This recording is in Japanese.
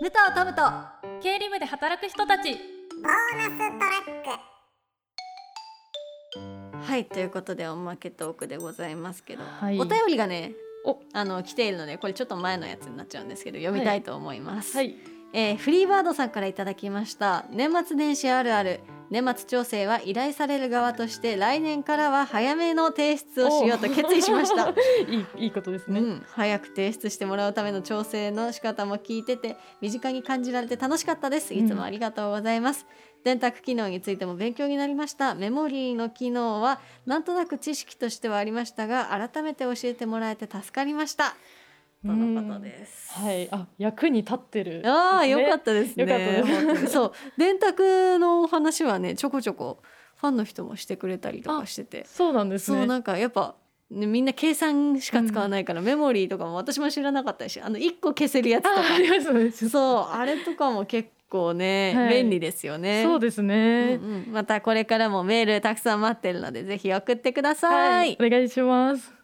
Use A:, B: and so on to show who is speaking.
A: 武藤トムと
B: 経理部で働く人たち
C: ボーナストラック
A: はいということでおまけトークでございますけど、
B: はい
A: お便りがね
B: お
A: あの来ているのでこれちょっと前のやつになっちゃうんですけど読みたいと思います、
B: はい
A: えーフリーバードさんからいただきました年末年始あるある年末調整は依頼される側として来年からは早めの提出をしようと決意しました
B: いいいいことです
A: う
B: ね、
A: ん、早く提出してもらうための調整の仕方も聞いてて身近に感じられて楽しかったですいつもありがとうございます、電卓機能についても勉強になりましたメモリーの機能はなんとなく知識としてはありましたが改めて教えてもらえて助かりましたとのことです、
B: はいあ役に立ってる
A: ああ、
B: ね
A: よかったですね。
B: よかったです
A: 本当にそう、電卓のお話はね、ちょこちょこファンの人もしてくれたりとかしてて、
B: そうなんです
A: そ
B: ね
A: うなんかやっぱ。ね、みんな計算しか使わないから、メモリーとかも私も知らなかったしあの1個消せるやつと
B: あ ありますね
A: かそうあれとかも結構ね、
B: はい
A: 便利ですよね
B: そうですね、
A: うんうんまたこれからもメールたくさん待ってるのでぜひ送ってください、
B: お願いします